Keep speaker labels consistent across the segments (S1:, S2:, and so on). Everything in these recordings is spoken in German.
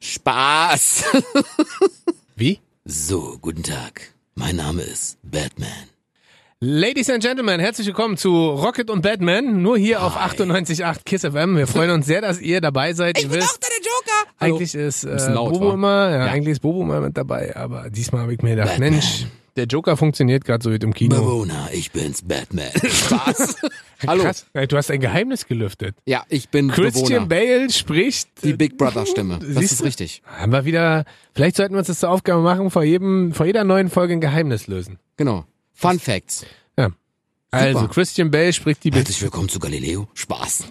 S1: Spaß.
S2: Wie?
S1: So, guten Tag. Mein Name ist Batman.
S2: Ladies and Gentlemen, herzlich willkommen zu Rocket und Batman, nur hier auf 98.8 Kiss FM. Wir freuen uns sehr, dass ihr dabei seid. Ich ihr wisst,
S1: der Äh. Joker.
S2: eigentlich ist äh,
S1: Bisschen laut,
S2: Bobo
S1: wa?
S2: immer, ja,
S1: Ja.
S2: eigentlich ist Bobo immer mit dabei, aber diesmal habe ich mir gedacht,
S1: Batman.
S2: Mensch, der Joker funktioniert gerade so gut im Kino.
S1: Bewohner, ich bin's, Batman. Spaß. Hallo.
S2: Krass, ey, du hast ein Geheimnis gelüftet.
S1: Ja, ich bin
S2: Christian
S1: Bewohner.
S2: Bale spricht.
S1: Die Big Brother Stimme. Das
S2: Siehst
S1: ist
S2: du?
S1: richtig.
S2: Haben wir wieder, vielleicht sollten wir uns das zur Aufgabe machen, vor jedem, vor jeder neuen Folge ein Geheimnis lösen.
S1: Genau. Fun Facts.
S2: Ja. Also, Christian Bale spricht die Big
S1: Herzlich willkommen zu Galileo. Spaß.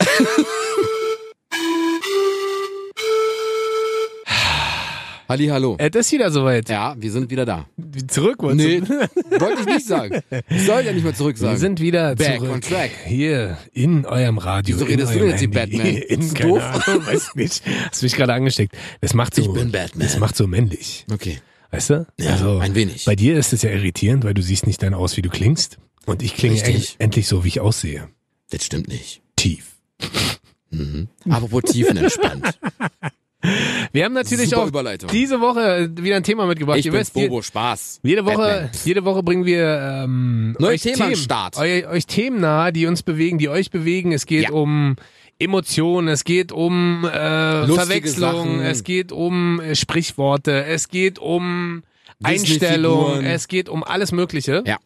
S1: Halli, hallo.
S2: Es Äh, ist wieder soweit.
S1: Ja, wir sind wieder da.
S2: Zurück wolltest
S1: Nee,
S2: du-
S1: wollte ich nicht sagen. Ich soll ja nicht mal zurück sagen.
S2: Wir sind wieder
S1: Back
S2: zurück.
S1: on track.
S2: Hier in eurem Radio.
S1: Wieso
S2: in
S1: redest du
S2: eurem
S1: jetzt wie
S2: Handy,
S1: Batman?
S2: In,
S1: Ist
S2: keine
S1: doof?
S2: Ahnung, weiß nicht. Hast mich gerade angesteckt. Das macht so.
S1: Ich bin Batman.
S2: Das macht so männlich.
S1: okay.
S2: Weißt du?
S1: Ja, ein wenig.
S2: Also, Bei dir ist es ja irritierend, weil du siehst nicht dann aus, wie du klingst. Und ich klinge en
S1: Richtig.
S2: endlich so, wie ich aussehe.
S1: Das stimmt nicht.
S2: Tief.
S1: Mhm. Apropos tiefenentspannt.
S2: Wir haben natürlich
S1: Super
S2: auch
S1: Überleitung.
S2: diese Woche wieder ein Thema mitgebracht.
S1: Ich
S2: Ihr
S1: bin's,
S2: wisst, je-
S1: Bobo. Spaß.
S2: Jede Woche,
S1: Batman.
S2: jede Woche bringen wir ähm,
S1: Neue
S2: euch
S1: Themen
S2: Themen
S1: am Start.
S2: Eu, euch Themen nahe, die uns bewegen, die euch bewegen. Es geht
S1: Ja.
S2: um Emotionen, es geht um äh, Verwechslung,
S1: Sachen.
S2: es geht um äh, Sprichworte, es geht um
S1: Disney-Figuren.
S2: Einstellung, es geht um alles Mögliche.
S1: Ja.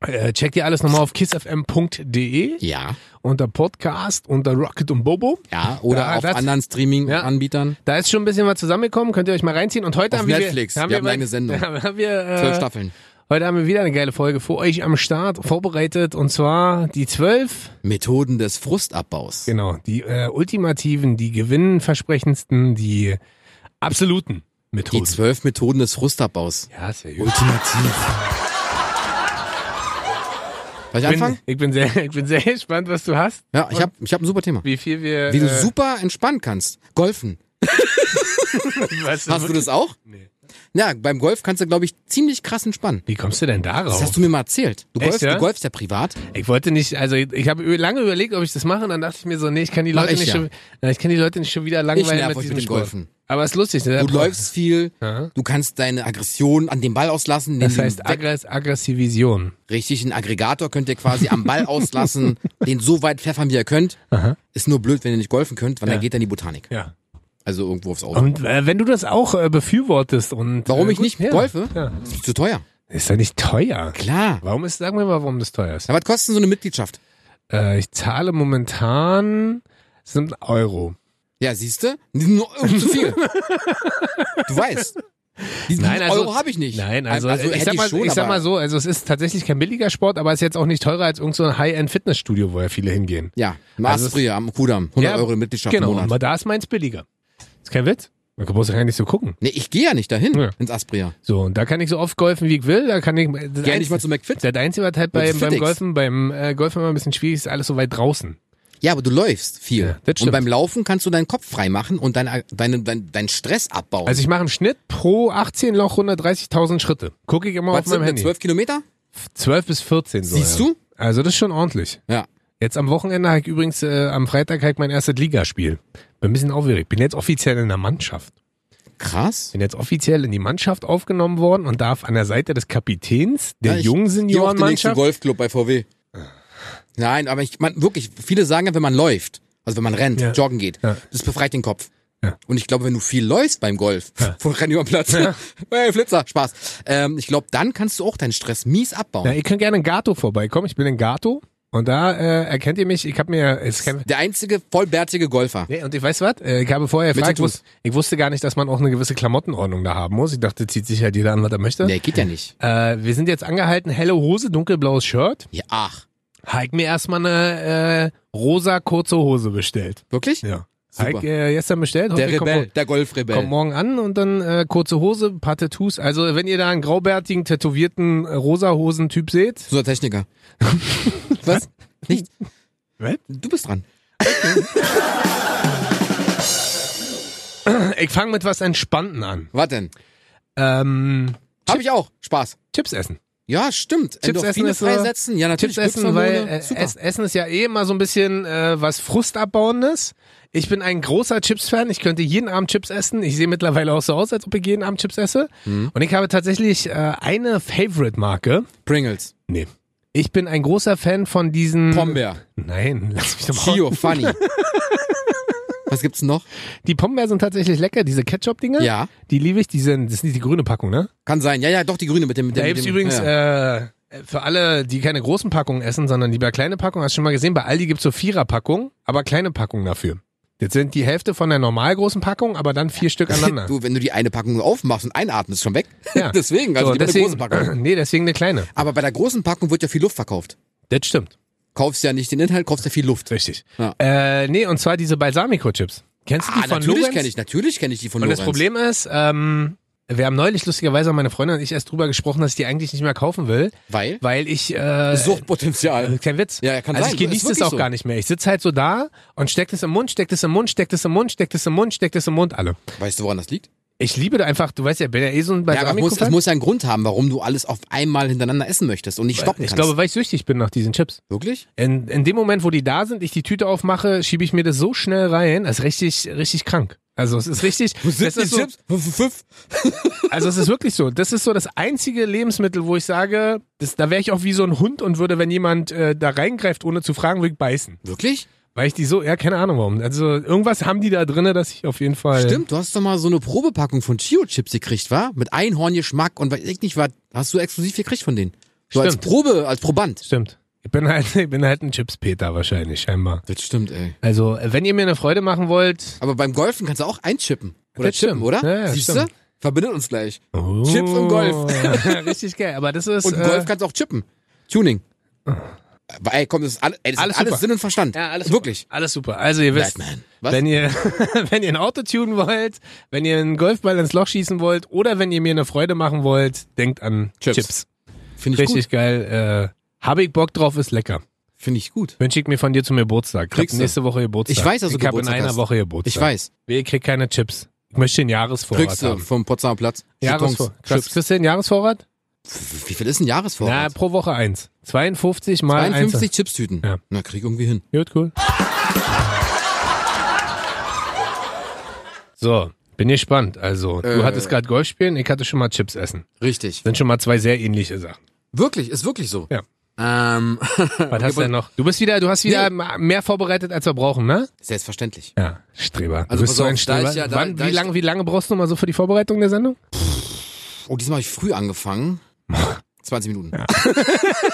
S2: Äh, checkt ihr alles nochmal auf kissfm.de
S1: Ja,
S2: unter Podcast, unter Rocket und Bobo.
S1: ja. Oder
S2: Ja,
S1: auf
S2: das-
S1: anderen Streaming-Anbietern.
S2: Da ist schon ein bisschen was zusammengekommen, könnt ihr euch mal reinziehen. Und heute
S1: Auf
S2: haben wir,
S1: Netflix.
S2: haben
S1: Wir haben
S2: mal-
S1: eine Sendung.
S2: Haben wir, äh,
S1: Zwölf Staffeln.
S2: Heute haben wir wieder eine geile Folge für euch am Start vorbereitet und zwar die zwölf,
S1: Methoden des Frustabbaus.
S2: genau, die äh, ultimativen, die gewinnversprechendsten, die absoluten
S1: Die
S2: Methoden.
S1: zwölf Methoden des Frustabbaus.
S2: ja, seriös.
S1: Ultimativ. Soll ich
S2: Ich
S1: anfangen?
S2: bin, ich, bin sehr, ich bin sehr gespannt, was du hast,
S1: Ja, ich habe ich hab ein super Thema.
S2: wie viel wir...
S1: Wie du
S2: äh,
S1: super entspannen kannst. Golfen.
S2: was,
S1: Hast du das auch?
S2: Nee.
S1: Ja, beim Golf kannst du, glaube ich, ziemlich krass entspannen.
S2: Wie kommst du denn
S1: Das
S2: darauf?
S1: hast du mir mal erzählt. Du
S2: Echt,
S1: golfst
S2: ja?
S1: du golfst ja privat.
S2: Ich wollte nicht, also ich, ich habe über- lange überlegt, ob ich das mache und dann dachte ich mir so, nee, ich kann die
S1: Mach
S2: Leute
S1: ich
S2: nicht
S1: ja.
S2: schon, na, ich kann die Leute nicht schon wieder
S1: Ich
S2: langweilen
S1: nerv
S2: mit
S1: euch
S2: diesem
S1: mit dem
S2: Sport.
S1: Golfen.
S2: Aber es ist lustig. ne?
S1: Du läufst viel.
S2: Ja.
S1: Du kannst deine Aggression an den Ball auslassen. Den
S2: Das heißt Aggress Aggressivision.
S1: richtig, einen Aggregator könnt ihr quasi am Ball auslassen, den so weit pfeffern, wie ihr könnt.
S2: Aha.
S1: Ist nur blöd, wenn ihr nicht golfen könnt, weil
S2: Ja.
S1: dann geht dann die Botanik.
S2: Ja.
S1: Also irgendwo aufs Auto.
S2: Und äh, wenn du das auch äh, befürwortest und
S1: Warum
S2: äh,
S1: ich nicht
S2: ja,
S1: golfe?
S2: Ja.
S1: Ist zu teuer.
S2: Ist ja nicht teuer.
S1: Klar.
S2: Warum ist, sagen wir mal, warum das teuer ist.
S1: Na, was kostet denn so eine Mitgliedschaft?
S2: Äh, ich zahle momentan sind Euro.
S1: Ja, siehst du? Nur zu viel. du weißt. Diesen
S2: Nein, also-
S1: Euro habe ich nicht.
S2: Nein, also, ich,
S1: hätte
S2: sag mal,
S1: schon,
S2: ich sag
S1: aber-
S2: mal so, also es ist tatsächlich kein billiger Sport, aber es ist jetzt auch nicht teurer als irgendein so High-End-Fitnessstudio, wo ja viele hingehen.
S1: Ja, im
S2: Also es-
S1: Aspria, am Kudamm. 100
S2: Ja,
S1: Euro Mitgliedschaft
S2: genau,
S1: im Monat.
S2: aber da ist meins billiger. Ist kein Witz. Man muss ja gar nicht so gucken.
S1: Nee, ich gehe ja nicht dahin,
S2: Ja.
S1: ins Aspria.
S2: So, und da kann ich so oft golfen, wie ich will. Da kann ich. Das,
S1: Gehe ja nicht
S2: Einzige-
S1: mal zu McFit.
S2: das Einzige, was
S1: Mit
S2: halt beim, beim
S1: Fitix.
S2: Golfen, beim äh, Golfen immer ein bisschen schwierig ist, alles so weit draußen.
S1: Ja, aber du läufst viel.
S2: Ja, das
S1: und
S2: stimmt.
S1: beim Laufen kannst du deinen Kopf frei machen und deinen deine, dein, dein Stress abbauen.
S2: Also ich mache im Schnitt pro 18 Loch 130.000 Schritte. Gucke ich immer
S1: was
S2: auf meinem
S1: sind denn,
S2: Handy. 12?
S1: 12 Kilometer?
S2: bis 14 so.
S1: Siehst
S2: ja.
S1: du?
S2: Also das ist schon ordentlich.
S1: Ja.
S2: Jetzt am Wochenende habe ich übrigens, äh, am Freitag habe ich mein erstes Ligaspiel. Bin ein bisschen aufgeregt. Bin jetzt offiziell in der Mannschaft.
S1: Krass.
S2: Bin jetzt offiziell in die Mannschaft aufgenommen worden und darf an der Seite des Kapitäns der
S1: Ja, ich- Geh auf den
S2: jungen
S1: nächsten
S2: Seniorenmannschaft.
S1: Golfclub bei VW. Nein, aber ich man, wirklich, viele sagen ja, wenn man läuft, also wenn man rennt,
S2: Ja.
S1: joggen geht,
S2: Ja.
S1: das befreit den Kopf.
S2: Ja.
S1: Und ich glaube, wenn du viel läufst beim Golf, von renn über den Platz, hey, Flitzer, Spaß. Ähm, ich glaube, dann kannst du auch deinen Stress mies abbauen.
S2: Na, ihr könnt gerne in Gato vorbeikommen. Ich bin in Gato und da äh, erkennt ihr mich. Ich habe mir, es kann,
S1: Der einzige vollbärtige Golfer.
S2: Nee, und ich weiß was, äh, ich habe vorher gefragt, ich,
S1: Tattoos.
S2: wus ich wusste gar nicht, dass man auch eine gewisse Klamottenordnung da haben muss. Ich dachte, zieht sich halt jeder an, was er möchte.
S1: Nee, geht ja nicht.
S2: Äh, wir sind jetzt angehalten, helle Hose, dunkelblaues Shirt.
S1: Ja, ach,
S2: Habe ich mir erstmal eine äh, rosa kurze Hose bestellt.
S1: wirklich?
S2: Ja.
S1: Super.
S2: Habe ich äh, gestern bestellt.
S1: Der
S2: Hoffe,
S1: Rebell, der
S2: Kommt, kommt
S1: Golfrebell.
S2: morgen an und dann äh, kurze Hose, ein paar Tattoos. Also wenn ihr da einen graubärtigen, tätowierten, äh, rosa Hosen-Typ seht.
S1: So der Techniker. Was? Nicht?
S2: Was?
S1: Du bist dran.
S2: Ich fange mit was Entspannten an.
S1: Was denn?
S2: Ähm,
S1: Hab ich auch. Spaß.
S2: Chips essen.
S1: Ja, stimmt.
S2: Chips essen
S1: Endorphine
S2: ist so-
S1: freisetzen. Ja, natürlich.
S2: Tipps essen, weil
S1: Glückshormone.
S2: äh,
S1: Super.
S2: Ess- Essen ist ja eh immer so ein bisschen äh, was Frustabbauendes. Ich bin ein großer Chips-Fan. Ich könnte jeden Abend Chips essen. Ich sehe mittlerweile auch so aus, als ob ich jeden Abend Chips esse.
S1: Mhm.
S2: Und ich habe tatsächlich äh, eine Favorite-Marke.
S1: Pringles.
S2: Nee. Ich bin ein großer Fan von diesen...
S1: Pombeer.
S2: Nein, lass mich doch mal.
S1: Chio, funny. Was gibt's noch?
S2: Die Pombeeren sind tatsächlich lecker, diese Ketchup-Dinger.
S1: Ja.
S2: Die liebe ich, die sind, das ist nicht die grüne Packung, ne?
S1: Kann sein. Ja, ja, doch, die Grüne mit dem... mit
S2: Da
S1: dem-
S2: gibt's
S1: mit dem-
S2: übrigens
S1: ja.
S2: äh, für alle, die keine großen Packungen essen, sondern lieber kleine Packungen, hast du schon mal gesehen, bei Aldi gibt's so Vierer-Packungen, aber kleine Packungen dafür. Das sind die Hälfte von der normal großen Packung, aber dann vier Stück aneinander.
S1: Du, wenn du die eine Packung aufmachst und einatmest, ist schon weg.
S2: Ja.
S1: deswegen, also
S2: So,
S1: die mit der großen Packung.
S2: Nee, deswegen eine kleine.
S1: Aber bei der großen Packung wird ja viel Luft verkauft.
S2: Das stimmt.
S1: Kaufst ja nicht den Inhalt, kaufst ja viel Luft.
S2: Richtig.
S1: Ja.
S2: Äh, nee, und zwar diese Balsamico-Chips. Kennst du die
S1: Ah,
S2: von
S1: natürlich
S2: Lorenz?
S1: kenne ich, natürlich kenne ich die von
S2: Und
S1: Lorenz.
S2: das Problem ist, ähm, wir haben neulich lustigerweise meine Freundin und ich erst drüber gesprochen, dass ich die eigentlich nicht mehr kaufen will,
S1: Weil?
S2: weil ich äh,
S1: Suchtpotenzial.
S2: Kein Witz.
S1: Ja, ja, kann
S2: also
S1: sein.
S2: ich
S1: Ist
S2: genieße das
S1: wirklich
S2: auch
S1: so.
S2: gar nicht mehr. Ich sitze halt so da und steck das im Mund, steck das im Mund, steck das im Mund, steck das im Mund, steck das im Mund, alle.
S1: Weißt du, woran das liegt?
S2: Ich liebe da einfach, du weißt ja, ich bin ja eh so ein
S1: Ja, aber es muss, es
S2: Balsamico-Fan.
S1: muss ja einen Grund haben, warum du alles auf einmal hintereinander essen möchtest und nicht stoppen
S2: Ich
S1: kannst.
S2: glaube, weil ich süchtig bin nach diesen Chips.
S1: Wirklich?
S2: In, in dem Moment, wo die da sind, ich die Tüte aufmache, schiebe ich mir das so schnell rein, das ist richtig, richtig krank. Also es ist richtig, das ist so,
S1: Chips?
S2: also es ist wirklich so. Das ist so das einzige Lebensmittel, wo ich sage, das, da wäre ich auch wie so ein Hund und würde, wenn jemand äh, da reingreift, ohne zu fragen, würde ich beißen.
S1: Wirklich?
S2: Weil ich die so, ja, keine Ahnung warum. Also irgendwas haben die da drinne, dass ich auf jeden Fall.
S1: Stimmt, du hast doch mal so eine Probepackung von Chio-Chips gekriegt, war? Mit Einhorngeschmack und weiß ich nicht, was hast du exklusiv gekriegt von denen? So als
S2: Stimmt.
S1: Probe, als Proband.
S2: Stimmt. Ich bin halt, ich bin halt ein Chips-Peter wahrscheinlich, scheinbar.
S1: Das stimmt, ey.
S2: Also, äh, wenn ihr mir eine Freude machen wollt.
S1: Aber beim Golfen kannst du auch einchippen. Oder
S2: Das
S1: chippen,
S2: stimmt.
S1: oder?
S2: Ja, ja,
S1: Siehst du?
S2: stimmt.
S1: Verbindet uns gleich.
S2: Oh.
S1: Chips und Golf.
S2: Richtig geil. Aber das ist.
S1: Und
S2: äh,
S1: Golf kannst du auch chippen. Tuning. Aber Ey, komm, das ist alles, ey, das
S2: Alles
S1: ist alles
S2: super.
S1: Sinn und Verstand.
S2: ja, alles
S1: Wirklich.
S2: Super. Alles super. Also ihr wisst,
S1: Batman. Was?
S2: wenn ihr, wenn ihr ein Auto tunen wollt, wenn ihr einen Golfball ins Loch schießen wollt oder wenn ihr mir eine Freude machen wollt, denkt an
S1: Chips.
S2: Chips.
S1: Finde ich
S2: Richtig geil. Äh, Habe ich Bock drauf, ist lecker.
S1: gut. Finde ich gut.
S2: Wünsche ich mir von dir zum Geburtstag. Ich hab
S1: Kriegst du.
S2: nächste Woche Geburtstag.
S1: Ich weiß, dass du
S2: Ich habe in
S1: Geburtstag
S2: einer
S1: hast.
S2: Woche Geburtstag.
S1: Ich weiß.
S2: Wer kriegt keine Chips? Ich möchte den Jahresvorrat
S1: Kriegst du
S2: haben.
S1: vom Potsdamer Platz.
S2: Jahresvorrat.
S1: Chips.
S2: Krass. Kriegst du den Jahresvorrat?
S1: Pff, Wie viel ist ein
S2: Na,
S1: Jahresvorrat?
S2: pro Woche eins. 52 mal
S1: 52 Chipstüten.
S2: Ja.
S1: Na, krieg irgendwie hin.
S2: eins. Gut, cool. So, bin gespannt. Also,
S1: Äh.
S2: du hattest gerade Golf spielen, ich hatte schon mal Chips essen.
S1: Richtig.
S2: Sind schon mal zwei sehr ähnliche Sachen.
S1: Wirklich, ist wirklich so.
S2: Ja.
S1: Ähm,
S2: Was hast du denn noch? Du bist wieder, du hast wieder mehr vorbereitet, als wir brauchen, ne?
S1: selbstverständlich.
S2: Ja, Streber. Du
S1: Also
S2: bist
S1: pass
S2: so
S1: auf,
S2: ein
S1: da ich
S2: Streber.
S1: ja- da-
S2: Wann,
S1: da
S2: wie,
S1: ich-
S2: lange, wie lange brauchst du mal so für die Vorbereitung der Sendung?
S1: Oh, diesmal habe ich früh angefangen. 20 Minuten.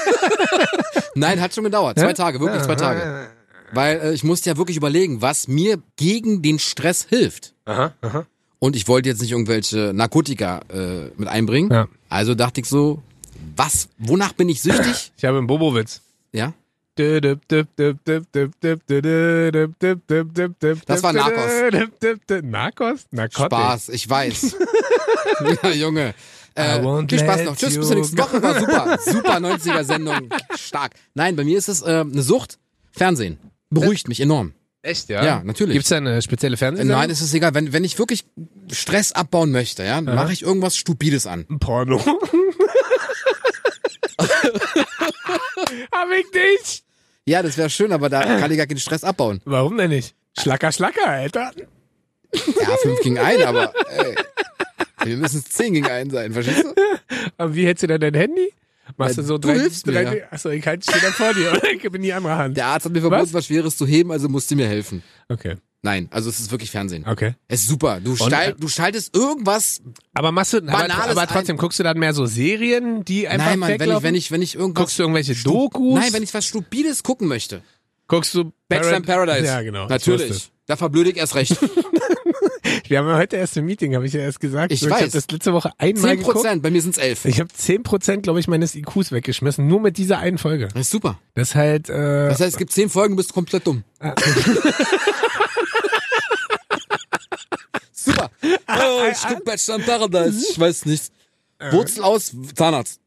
S1: Nein, hat schon gedauert. Zwei Tage, wirklich zwei Tage. Weil äh, ich musste ja wirklich überlegen, was mir gegen den Stress hilft.
S2: Aha, aha.
S1: Und ich wollte jetzt nicht irgendwelche Narkotika äh, mit einbringen.
S2: Ja.
S1: Also dachte ich so, was, wonach bin ich süchtig?
S2: Ich habe einen Bobowitz.
S1: ja.
S2: Das
S1: war
S2: Narcos. Narcos? Narcotic.
S1: Spaß, ich weiß. ja, Junge.
S2: I
S1: Äh,
S2: won't
S1: viel Spaß
S2: let
S1: noch. Tschüss, bis
S2: you
S1: zur nächsten Woche. War super. Super 90er-Sendung. Stark. Nein, bei mir ist es äh, eine Sucht. Fernsehen. Beruhigt mich enorm.
S2: Echt, ja?
S1: Ja, natürlich.
S2: Gibt's da eine spezielle
S1: Äh,
S2: Fernsehsendung?
S1: Nein, es ist egal. Wenn, wenn ich wirklich Stress abbauen möchte, ja, mache ich irgendwas Stupides an.
S2: ein Porno. Hab ich dich?
S1: Ja, das wäre schön, aber da kann ich gar keinen Stress abbauen.
S2: Warum denn nicht? Schlacker, Schlacker, Alter.
S1: Ja, fünf gegen ein, aber ey, wir müssen zehn gegen einen sein, verstehst du?
S2: Aber wie hältst du denn dein Handy? Machst
S1: Na,
S2: du so
S1: Äh, du
S2: drei,
S1: hilfst mir,
S2: drei
S1: ja.
S2: Achso, ich halte stehe dann vor dir. Ich bin die andere Hand.
S1: Der Arzt hat mir verboten, was, Schweres zu heben, also musste mir helfen.
S2: Okay,
S1: Nein, also es ist wirklich Fernsehen.
S2: okay.
S1: Es ist super. Du,
S2: äh,
S1: schal du schaltest irgendwas
S2: Aber machst du, aber,
S1: Banales
S2: aber trotzdem guckst du dann mehr so Serien, die einfach
S1: Nein, Mann, wenn ich,
S2: weglaufen?
S1: wenn ich, wenn ich irgendwas.
S2: guckst du irgendwelche Dokus?
S1: Nein, wenn ich was Stupides gucken möchte.
S2: guckst du
S1: Bachelor in Paradise.
S2: Ja, genau. ich wusste
S1: Natürlich. Da verblöde ich erst recht.
S2: es. Wir haben ja heute erst ein Meeting, habe ich ja erst gesagt.
S1: Ich
S2: So,
S1: weiß.
S2: Ich habe das letzte Woche einmal
S1: Zehn
S2: geguckt.
S1: Prozent, bei mir sind es elf.
S2: Ich habe 10%, glaube ich, meines IQs weggeschmissen, nur mit dieser einen Folge.
S1: Das ist super.
S2: Das ist halt, äh,
S1: Das heißt, es gibt zehn Folgen, bist du komplett dumm. super.
S2: Äh,
S1: Oh, ich guck Bachelor in Paradise.
S2: Mhm.
S1: Ich weiß nichts.
S2: Äh.
S1: Wurzel aus, Zahnarzt.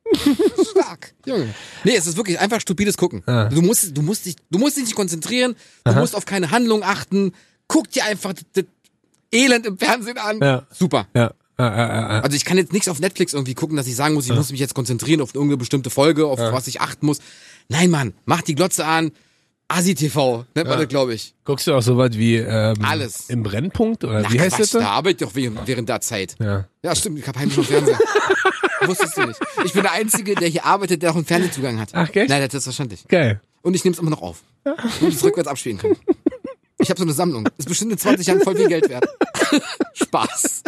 S1: Stark. Junge. Nee, es ist wirklich einfach stupides Gucken. Du musst, du musst dich, du musst dich nicht konzentrieren. Du musst auf keine Handlung achten. Guck dir einfach das, das Elend im Fernsehen an.
S2: Ja.
S1: Super.
S2: ja. Äh, äh, äh, äh.
S1: Also ich kann jetzt nichts auf Netflix irgendwie gucken, dass ich sagen muss, ich muss mich jetzt konzentrieren auf irgendeine bestimmte Folge, auf was ich achten muss. Nein, Mann, mach die Glotze an. Asi TV, nennt man das, glaube ich.
S2: Guckst du auch sowas wie ähm,
S1: Alles.
S2: im Brennpunkt oder
S1: Na,
S2: wie heißt
S1: Quatsch,
S2: das?
S1: da
S2: denn?
S1: arbeite ich doch während, während der Zeit.
S2: Ja.
S1: Ja, stimmt, ich habe heimlich schon Fernseher. Wusstest du nicht. Ich bin der Einzige, der hier arbeitet, der auch einen Fernsehzugang hat.
S2: Ach, gell?
S1: Nein, das ist wahrscheinlich.
S2: Geil.
S1: Und ich nehme es immer noch auf. Damit ich es rückwärts abspielen kann. Ich habe so eine Sammlung. Ist bestimmt in 20 Jahren voll viel Geld wert. Spaß.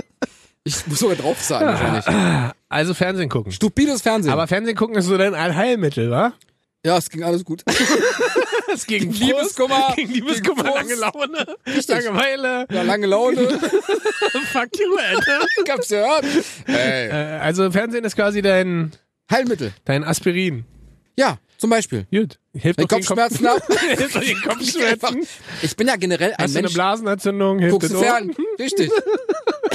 S1: Ich muss sogar draufzahlen wahrscheinlich.
S2: Also Fernsehen gucken.
S1: Stupides Fernsehen.
S2: Aber Fernsehen gucken ist so dein Allheilmittel, wa?
S1: ja, es ging alles gut.
S2: Das ist gegen
S1: Gegen Liebeskummer,
S2: Gegen Liebeskummer,
S1: gegen
S2: lange
S1: Frust.
S2: Laune, Langeweile,
S1: Ja, lange Laune.
S2: fuck you, Alter.
S1: Ich hab's gehört.
S2: Äh,
S1: Ey.
S2: also Fernsehen ist quasi dein,
S1: Heilmittel.
S2: dein Aspirin.
S1: Ja, zum Beispiel.
S2: Gut. Hilft
S1: Wenn
S2: doch gegen Kopf-
S1: Kopfschmerzen ab.
S2: Hilft doch gegen
S1: Ich, einfach,
S2: Kopfschmerzen.
S1: ich bin ja generell ein
S2: Hast du eine
S1: Mensch.
S2: Blasenentzündung? Hilft
S1: guckst
S2: das
S1: du
S2: auch?
S1: fern. Richtig.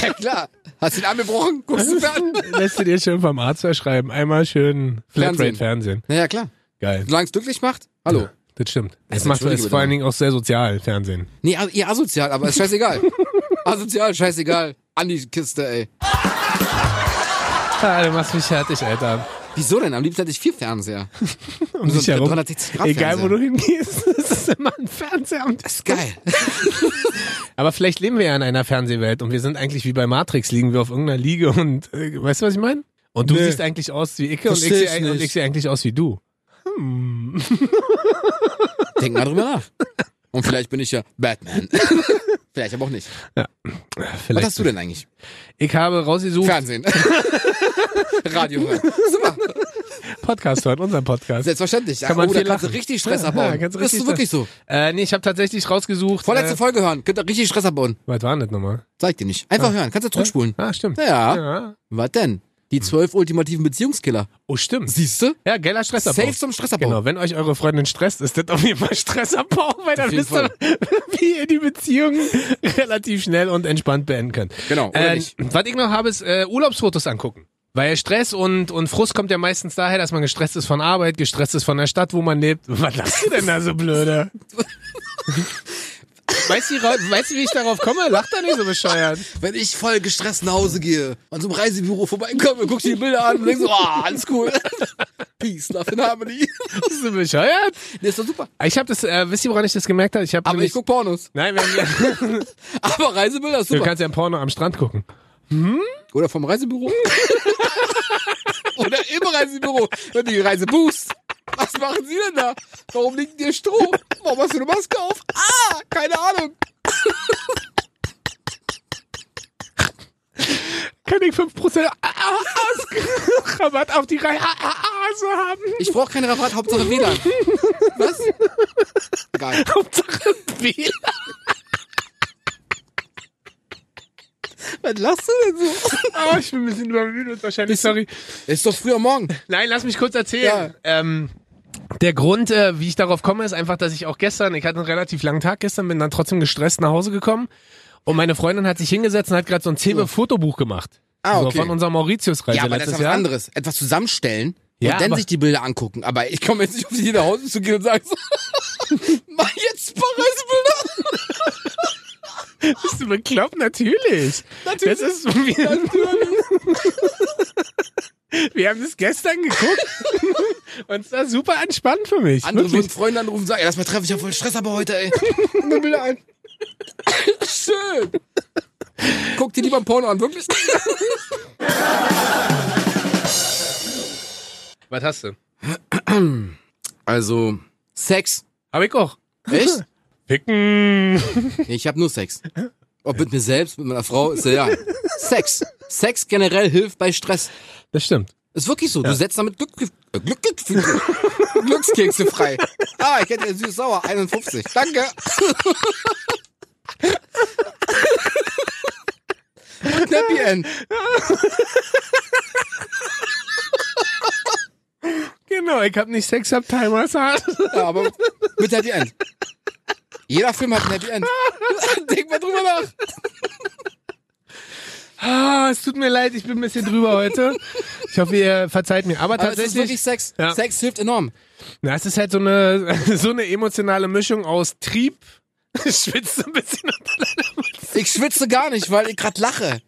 S1: Ja, klar. Hast du den Arm gebrochen? Guckst du fern.
S2: Lässt du dir schön vom Arzt verschreiben. Einmal schön Flatrate
S1: Fernsehen.
S2: Fernsehen.
S1: Naja, klar.
S2: Geil.
S1: Solange es glücklich macht. Hallo.
S2: Das stimmt. Das
S1: Also,
S2: macht es
S1: entschuldige
S2: vor allen
S1: bitte.
S2: Dingen auch sehr sozial, Fernsehen.
S1: Nee, a- eher asozial, aber ist scheißegal. asozial, scheißegal. An die Kiste, ey.
S2: Ah, du machst mich fertig, Alter.
S1: Wieso denn? Am liebsten hätte ich vier Fernseher.
S2: Um
S1: So
S2: dich
S1: ein
S2: herum.
S1: 360 Grad
S2: Egal, wo
S1: Fernseher.
S2: du hingehst, es ist immer ein Fernseher. am
S1: Das ist geil.
S2: Aber vielleicht leben wir ja in einer Fernsehwelt und wir sind eigentlich wie bei Matrix, liegen wir auf irgendeiner Liege und äh, weißt du, was ich meine? Und du
S1: Nee.
S2: siehst eigentlich aus wie Icke und ich,
S1: Versteh ich
S2: sehe, und
S1: nicht.
S2: ich sehe eigentlich aus wie du.
S1: Denk mal drüber nach. Und vielleicht bin ich ja Batman. vielleicht aber auch nicht. Was
S2: Vielleicht.
S1: hast du denn eigentlich?
S2: Ich habe rausgesucht,
S1: Fernsehen. Radio hören. Super.
S2: Podcast hören, unseren Podcast.
S1: Selbstverständlich.
S2: Kann man
S1: oh, da
S2: viel
S1: kannst du
S2: lachen.
S1: richtig Stress
S2: Ja,
S1: abbauen.
S2: ja, kannst du
S1: das
S2: richtig
S1: ist wirklich so.
S2: Äh, nee, ich habe tatsächlich rausgesucht.
S1: Vorletzte
S2: äh,
S1: Folge hören. Könnt ihr richtig Stress abbauen.
S2: was war denn das nochmal?
S1: Sag ich dir nicht. Einfach hören. Kannst du zurückspulen.
S2: Ah, stimmt.
S1: Ja.
S2: ja.
S1: Was denn? Die zwölf ultimativen Beziehungskiller.
S2: Oh, stimmt.
S1: Siehst du?
S2: Ja, geiler Stressabbau.
S1: Safe zum Stressabbau.
S2: Genau, wenn euch eure Freundin stresst, ist das auf jeden Fall Stressabbau, weil dann
S1: jeden
S2: wisst ihr, wie ihr die Beziehung relativ schnell und entspannt beenden könnt.
S1: Genau, oder
S2: Äh,
S1: nicht.
S2: was ich noch habe, ist äh, Urlaubsfotos angucken. Weil Stress und, und Frust kommt ja meistens daher, dass man gestresst ist von Arbeit, gestresst ist von der Stadt, wo man lebt. Was lachst du denn da so blöde? weißt, du, wie ra- weißt du, wie ich darauf komme? Lach da nicht so bescheuert.
S1: Wenn ich voll gestresst nach Hause gehe, an so einem Reisebüro vorbeikomme, guckst dir die Bilder an und denkst so, ah, alles cool. Peace, love and harmony.
S2: Bist du bescheuert?
S1: Nee, ist doch super.
S2: Ich habe das, äh, wisst ihr, woran ich das gemerkt habe? Ich habe
S1: Aber ich
S2: nämlich...
S1: guck Pornos.
S2: Nein, wir haben,
S1: Aber Reisebilder ist
S2: du
S1: super.
S2: kannst ja ein Porno am Strand gucken.
S1: Oder vom Reisebüro. Oder im Reisebüro. Wenn du die Reise buchst. Was machen sie denn da? Warum liegt dir Stroh? Warum hast du eine Maske auf? Ah, keine Ahnung.
S2: kann ich 5% A- A- A- Rabatt auf die Reihe haben.
S1: Ich brauche keinen Rabatt, Hauptsache WLAN. Was? Geil.
S2: Hauptsache B.
S1: Was lachst du denn so?
S2: Oh, ich bin ein bisschen übermüdet wahrscheinlich,
S1: Bist du-
S2: sorry.
S1: Ist doch früher Morgen.
S2: Nein, lass mich kurz erzählen. Ähm, der Grund, äh, wie ich darauf komme, ist einfach, dass ich auch gestern, ich hatte einen relativ langen Tag gestern, bin dann trotzdem gestresst nach Hause gekommen. Und meine Freundin hat sich hingesetzt und hat gerade so ein Zebe-Fotobuch gemacht.
S1: Ah, okay.
S2: So von unserer Mauritius-Reise
S1: Ja, aber das
S2: letztes
S1: ist was
S2: Jahr.
S1: anderes. Etwas zusammenstellen
S2: Ja,
S1: und dann
S2: aber-
S1: sich die Bilder angucken. Aber ich komme jetzt nicht auf die Idee, nach Hause zu gehen und sagen so, mach jetzt Paris-Bilder.
S2: Bist du bekloppt? Natürlich.
S1: Natürlich.
S2: Das ist, wir, wir haben das gestern geguckt und es war super entspannt für mich.
S1: Andere
S2: Wirklich.
S1: würden Freunde anrufen und sagen, ey, lass mal treffen, ich hab voll Stress, aber heute, ey. Nimm mir Bilder ein. Schön. Guck dir lieber ein Porno an, wirklich.
S2: Was hast du?
S1: Also, Sex.
S2: Hab ich auch.
S1: Echt?
S2: Picken.
S1: Nee, ich hab nur Sex. Ob mit mir selbst, mit meiner Frau, ist ja egal. Sex. Sex generell hilft bei Stress.
S2: Das stimmt.
S1: Ist wirklich so. Du setzt damit Glück, äh, Glück, Glück, Glückskekse frei. Ah, ich hätte süß-sauer. 51. Danke. Und Nappy End.
S2: Genau, ich hab nicht Sex, hab Timers hart.
S1: Ja, aber mit Happy End. Jeder Film hat ein Happy End. Denk mal drüber nach.
S2: Ah, es tut mir leid, ich bin ein bisschen drüber heute. Ich hoffe, ihr verzeiht mir. Aber
S1: Aber es ist
S2: tatsächlich,
S1: wirklich Sex.
S2: Ja.
S1: Sex hilft enorm.
S2: na, es ist halt so eine, so eine emotionale Mischung aus Trieb, schwitzt ein bisschen
S1: Ich schwitze gar nicht, weil ich gerade lache.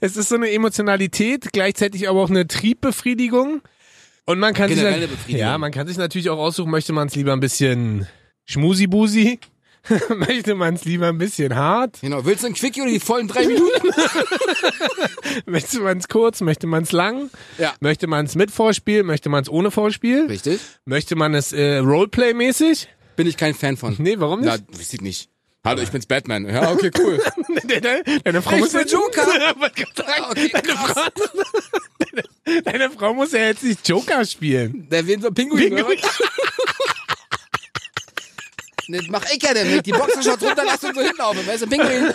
S2: es ist so eine Emotionalität, gleichzeitig aber auch eine Triebbefriedigung. Und man kann
S1: Generelle
S2: sich dann,
S1: Befriedigung.
S2: ja, man kann sich natürlich auch aussuchen, möchte man es lieber ein bisschen schmusibusi, möchte man es lieber ein bisschen hart,
S1: Genau. Willst du einen Quickie oder die vollen drei Minuten?
S2: möchte man es kurz, möchte man es lang,
S1: Ja.
S2: möchte man es mit Vorspiel, möchte man es ohne Vorspiel,
S1: Richtig.
S2: möchte man es äh, Roleplay-mäßig?
S1: Bin ich kein Fan von.
S2: Nee, warum
S1: Na,
S2: nicht?
S1: weiß ich nicht. Hallo, ich bin's Batman. Ja, okay, cool.
S2: Deine, deine Frau
S1: Ich
S2: muss
S1: bin Joker.
S2: Wollte gerade sagen,
S1: Ja, okay,
S2: deine,
S1: krass.
S2: Frau, deine, deine Frau muss ja jetzt nicht Joker spielen.
S1: Der will so Pinguin, ne?
S2: Pinguin.
S1: oder? Das mach ich ja denn nicht. Die Boxer schaut runter, lasst uns so hinlaufen. Wer ist ein Pinguin?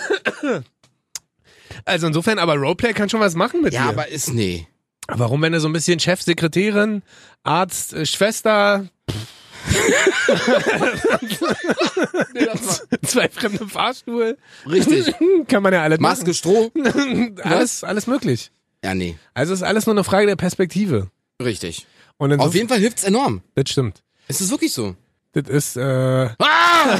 S2: Also insofern, aber Roleplay kann schon was machen mit
S1: Ja,
S2: dir.
S1: aber ist nee.
S2: Warum, wenn du so ein bisschen Chef, Sekretärin, Arzt, äh, Schwester,
S1: nee das
S2: zwei fremde Fahrstuhl,
S1: Richtig.
S2: kann man ja alles machen.
S1: Maske, Stroh?
S2: Alles, alles möglich.
S1: Ja, nee.
S2: Also ist alles nur eine Frage der Perspektive.
S1: Richtig.
S2: Und
S1: Auf
S2: insofern,
S1: jeden Fall hilft's enorm.
S2: das stimmt.
S1: Es ist wirklich so.
S2: Das ist, äh,
S1: Ah!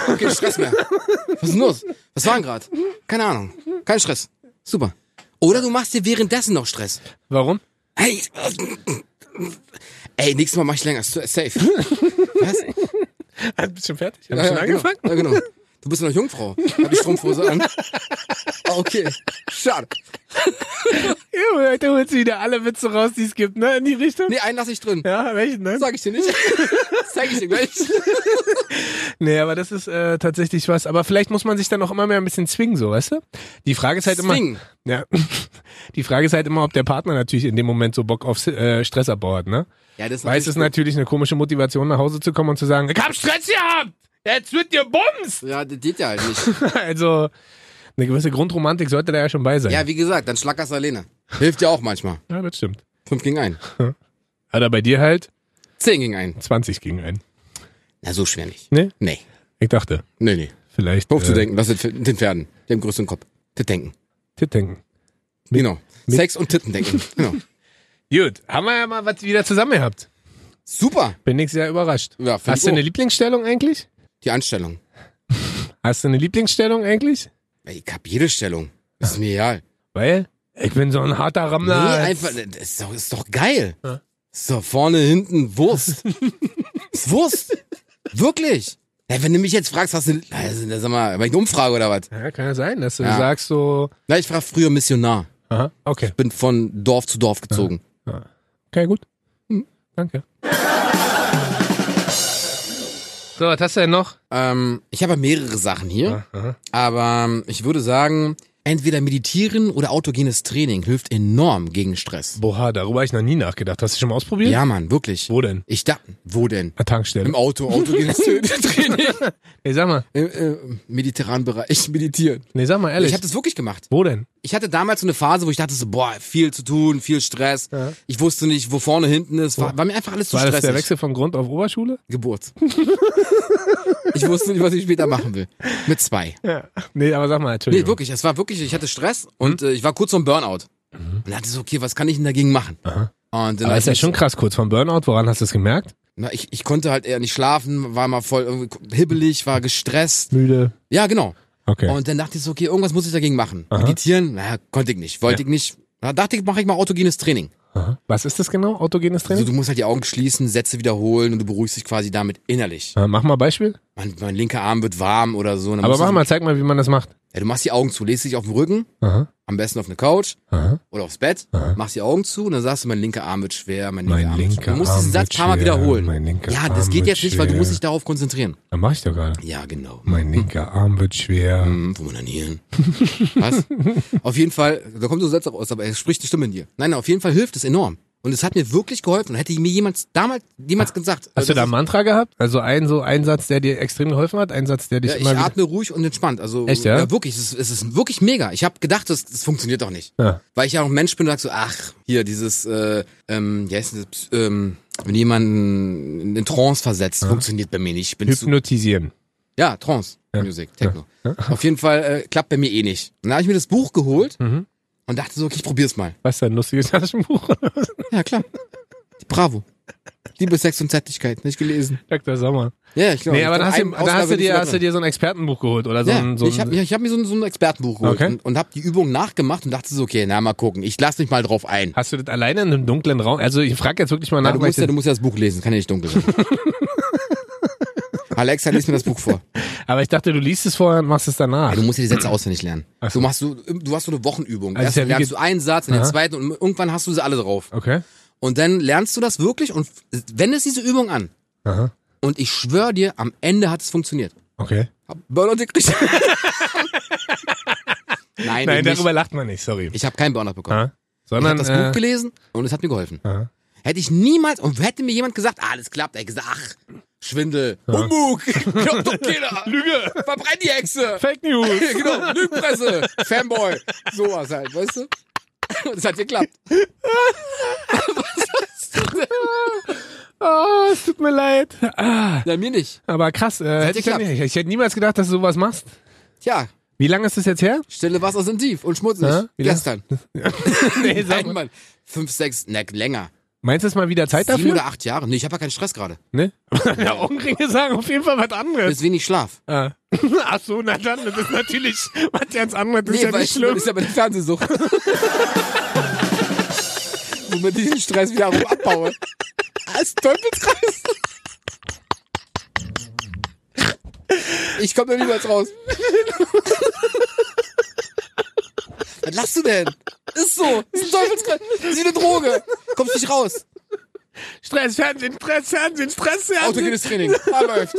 S1: Okay, Stress mehr. Was ist denn los? Was war denn gerade? Keine Ahnung. Kein Stress. Super. Oder du machst dir währenddessen noch Stress.
S2: warum?
S1: Hey, ey, nächstes Mal mach ich länger. Safe. Was?
S2: Bist du schon fertig? Hab ich schon
S1: ja,
S2: angefangen?
S1: Genau, ja, genau. Du bist noch Jungfrau. Hab die Strumpfhose an. Ah, okay. Schade.
S2: Ja, heute holst du wieder alle Witze raus, die es gibt, ne? In die Richtung?
S1: Nee, einen lasse ich drin.
S2: Ja, welchen, ne?
S1: Sag ich dir nicht. Das zeig ich dir gleich.
S2: Nee, aber das ist äh, tatsächlich was. Aber vielleicht muss man sich dann auch immer mehr ein bisschen zwingen, so, weißt du? Die Frage ist halt
S1: Zwingen?
S2: immer. Ja. Die Frage ist halt immer, ob der Partner natürlich in dem Moment so Bock auf äh, Stressabbau hat, ne?
S1: Ja, das ist
S2: Weil es ist natürlich eine komische Motivation, nach Hause zu kommen und zu sagen, ich hab Stress gehabt! Jetzt wird dir Bums!
S1: Ja, das geht ja halt nicht.
S2: Also, eine gewisse Grundromantik sollte da ja schon bei sein.
S1: Ja, wie gesagt, dann schlackerst du alleine. Hilft ja auch manchmal.
S2: ja das stimmt.
S1: Fünf gegen einen.
S2: Hat er bei dir halt
S1: Zehn gegen einen.
S2: 20 gegen einen.
S1: Na, so schwer nicht.
S2: Nee?
S1: Nee.
S2: Ich dachte,
S1: Nee, nee.
S2: vielleicht. äh,
S1: Hör auf zu denken. Lass den Pf- den Pferden. Die haben größeren Kopf. Tit denken.
S2: Tit denken.
S1: Genau. Sex und Titten denken. Genau.
S2: Gut, haben wir ja mal was wieder zusammen gehabt.
S1: Super.
S2: Bin ich sehr überrascht.
S1: Ja, find
S2: Hast
S1: ich
S2: du eine
S1: auch.
S2: Lieblingsstellung eigentlich?
S1: Die Anstellung.
S2: Hast du eine Lieblingsstellung eigentlich?
S1: Ey, Ich hab jede Stellung. Ist mir egal.
S2: Weil ich bin so ein harter
S1: Nee,
S2: Rammler.
S1: einfach, äh, das ist doch, ist doch geil.
S2: Ja.
S1: Ist doch vorne, hinten, Wurst. ist Wurst. Wirklich. Ey, wenn du mich jetzt fragst, hast du, also, sag mal, war ich eine Umfrage oder was?
S2: Ja, kann ja sein, dass du
S1: Ja.
S2: sagst so.
S1: Na, ich war früher Missionar.
S2: Aha, okay.
S1: Bin von Dorf zu Dorf gezogen.
S2: Okay, gut. Hm, Danke. So, was hast du denn noch?
S1: Ähm, ich habe mehrere Sachen hier,
S2: Aha.
S1: aber ähm, ich würde sagen, entweder meditieren oder autogenes Training hilft enorm gegen Stress.
S2: Boah, darüber habe ich noch nie nachgedacht. Hast du schon mal ausprobiert?
S1: Ja, Mann, wirklich.
S2: Wo denn?
S1: Ich dachte, wo denn?
S2: Eine Tankstelle.
S1: Im Auto, autogenes Training.
S2: Nee, sag mal.
S1: Im äh, mediterranen Bereich meditieren.
S2: Nee, sag mal ehrlich.
S1: Ich habe das wirklich gemacht.
S2: Wo denn?
S1: ich hatte damals so eine Phase, wo ich dachte so, boah, viel zu tun, viel Stress.
S2: Ja.
S1: Ich wusste nicht, wo vorne, hinten ist. War, war mir einfach alles zu
S2: War das der
S1: stressig.
S2: Wechsel von Grund auf Oberschule?
S1: Geburt. ich wusste nicht, was ich später machen will. Mit zwei.
S2: Ja. Nee, aber sag mal, Entschuldigung. Mhm.
S1: Nee, wirklich. Es war wirklich, ich hatte Stress und äh, ich war kurz vorm Burnout. Und dachte so, okay, was kann ich denn dagegen machen? Und dann
S2: Aber
S1: hab
S2: ist ja
S1: ich-
S2: schon krass kurz vom Burnout. Woran hast du es gemerkt?
S1: na, ich, ich konnte halt eher nicht schlafen, war mal voll irgendwie hibbelig, war gestresst.
S2: Müde.
S1: Ja, genau.
S2: Okay.
S1: Und dann dachte ich so, okay, irgendwas muss ich dagegen machen. Meditieren, naja, konnte ich nicht, wollte ich nicht. Da dachte ich, mache ich mal autogenes Training.
S2: Aha. Was ist das genau? Autogenes Training?
S1: Also du musst halt die Augen schließen, Sätze wiederholen und du beruhigst dich quasi damit innerlich.
S2: Äh, mach mal ein Beispiel.
S1: Mein, mein linker Arm wird warm oder so. und dann
S2: Aber
S1: musst du
S2: mach
S1: so-
S2: mal, zeig mal, wie man das macht.
S1: Ja, du machst die Augen zu, legst dich auf den Rücken,
S2: Aha.
S1: am besten auf eine Couch
S2: Aha.
S1: oder aufs Bett, machst die Augen zu und dann sagst du, mein linker Arm wird schwer, mein linker
S2: Mein
S1: Arm wird
S2: linker
S1: schwer. Du musst diesen
S2: Arm
S1: Satz
S2: wird
S1: paar Mal
S2: schwer,
S1: wiederholen.
S2: mein linker
S1: ja, das
S2: Arm
S1: geht
S2: wird
S1: jetzt nicht, weil du musst
S2: schwer.
S1: dich darauf konzentrieren.
S2: Dann mach ich doch gerade.
S1: Ja, genau.
S2: Mein linker Arm wird schwer.
S1: Hm, Wo man dann hin? Was? auf jeden Fall, da kommt so ein Satz auch aus, aber es spricht die Stimme in dir. Nein, nein, auf jeden Fall hilft es enorm. Und es hat mir wirklich geholfen. Und hätte mir jemand damals, jemals gesagt.
S2: Ah, Hast du
S1: äh,
S2: da
S1: das
S2: ein Mantra gehabt? Also ein so ein Satz, der dir extrem geholfen hat, ein Satz, der dich
S1: Ja, ich
S2: immer wieder.
S1: atme ruhig und entspannt. Also
S2: Echt, ja?
S1: wirklich, es ist, es ist wirklich mega. Ich habe gedacht, das, das funktioniert doch nicht.
S2: Ja.
S1: Weil ich ja auch ein Mensch bin und sag so, ach, hier dieses, äh, ähm, wie heißt denn das, ähm, wenn jemanden in Trance versetzt, funktioniert bei mir nicht. Ich bin zu,
S2: Hypnotisieren.
S1: ja, Trance, Music, Techno. Auf jeden Fall äh, klappt bei mir eh nicht. Und dann habe ich mir das Buch geholt
S2: Mhm.
S1: und dachte so, okay, ich probier's mal.
S2: Was ist ein lustiges Taschenbuch?
S1: Ja, klar. Die Bravo. Liebe, Sex und Zärtlichkeit. Nicht gelesen.
S2: Dr. Sommer.
S1: Ja, ich glaube.
S2: Nee, aber dann hast, du,
S1: ein
S2: dann hast du
S1: Ausgabe
S2: dir,
S1: nicht
S2: hast du
S1: mehr
S2: dir so ein Expertenbuch geholt oder so
S1: drin.
S2: ein. So
S1: ja, ich habe
S2: ein
S1: ich hab mir so ein, so ein Expertenbuch geholt
S2: Okay.
S1: und, und habe die Übung nachgemacht und dachte so, okay, na mal gucken, ich lass mich mal drauf ein.
S2: hast du das alleine in einem dunklen Raum? Also ich frage jetzt wirklich mal
S1: Ja,
S2: nach.
S1: du,
S2: weil
S1: musst ja,
S2: ich
S1: du musst ja das Buch lesen, kann ja nicht dunkel sein. Alexa, lies mir das Buch vor.
S2: das- aber ich dachte, du liest es vorher und machst es danach.
S1: Ja, du musst ja die Sätze auswendig lernen.
S2: Ach so.
S1: Du machst so, du hast so eine Wochenübung.
S2: Also
S1: Also
S2: ist ja
S1: Erst
S2: wie
S1: lernst
S2: ge-
S1: du einen Satz, dann den
S2: Aha.
S1: zweiten und irgendwann hast du sie alle drauf.
S2: Okay.
S1: Und dann lernst du das wirklich und wendest diese Übung an.
S2: Aha.
S1: Und ich schwöre dir, am Ende hat es funktioniert.
S2: Okay.
S1: Hab Burnout gekriegt. Nein,
S2: Nein,
S1: Nein
S2: darüber
S1: nicht.
S2: lacht man nicht, sorry.
S1: ich habe keinen Burnout bekommen.
S2: Aha.
S1: Ich habe
S2: Sondern
S1: das
S2: äh,
S1: Buch gelesen und es hat mir geholfen.
S2: Aha.
S1: Hätte ich niemals, und hätte mir jemand gesagt, ah, das klappt, ey, gesagt, ach, Schwindel, Humbug, glaubt doch keiner,
S2: äh, Lüge,
S1: verbrenn die Hexe,
S2: Fake News.
S1: genau, Lügenpresse, Fanboy, sowas halt, weißt du? Und es hat geklappt.
S2: Oh, es tut mir leid. Ah,
S1: Ja, mir nicht.
S2: aber krass, äh, hätte ich, ja
S1: geklappt.
S2: nicht, ich hätte niemals gedacht, dass du sowas machst.
S1: Tja,
S2: Wie lange ist das jetzt her?
S1: stille Wasser sind tief und schmutzig.
S2: Ja, wie lang-
S1: Gestern.
S2: nee, sag
S1: Nein,
S2: mal.
S1: Mann. Fünf, sechs, ne, länger.
S2: Meinst du es mal wieder Zeit
S1: Sieben
S2: dafür?
S1: oder acht Jahre. Nee, ich habe ja keinen Stress gerade.
S2: Ne? Ja, Augenringe sagen auf jeden Fall was anderes.
S1: Ist wenig Schlaf.
S2: Ah. Ach so, na dann, das ist natürlich was ganz anderes, das ist ja
S1: weil
S2: nicht
S1: ich-
S2: schlimm.
S1: Das ist ja meine Fernsehsucht. Womit ich den Stress wiederum abbaue. Als Teufelskreis. Ich komme da niemals raus. Was lachst du denn? Ist so. Ist ein Teufelskreis. Ist wie eine Droge. Kommst nicht raus.
S2: Stress, Fernsehen, Stress, Fernsehen, Stress, Fernsehen.
S1: Autogenes Training. Ah, läuft.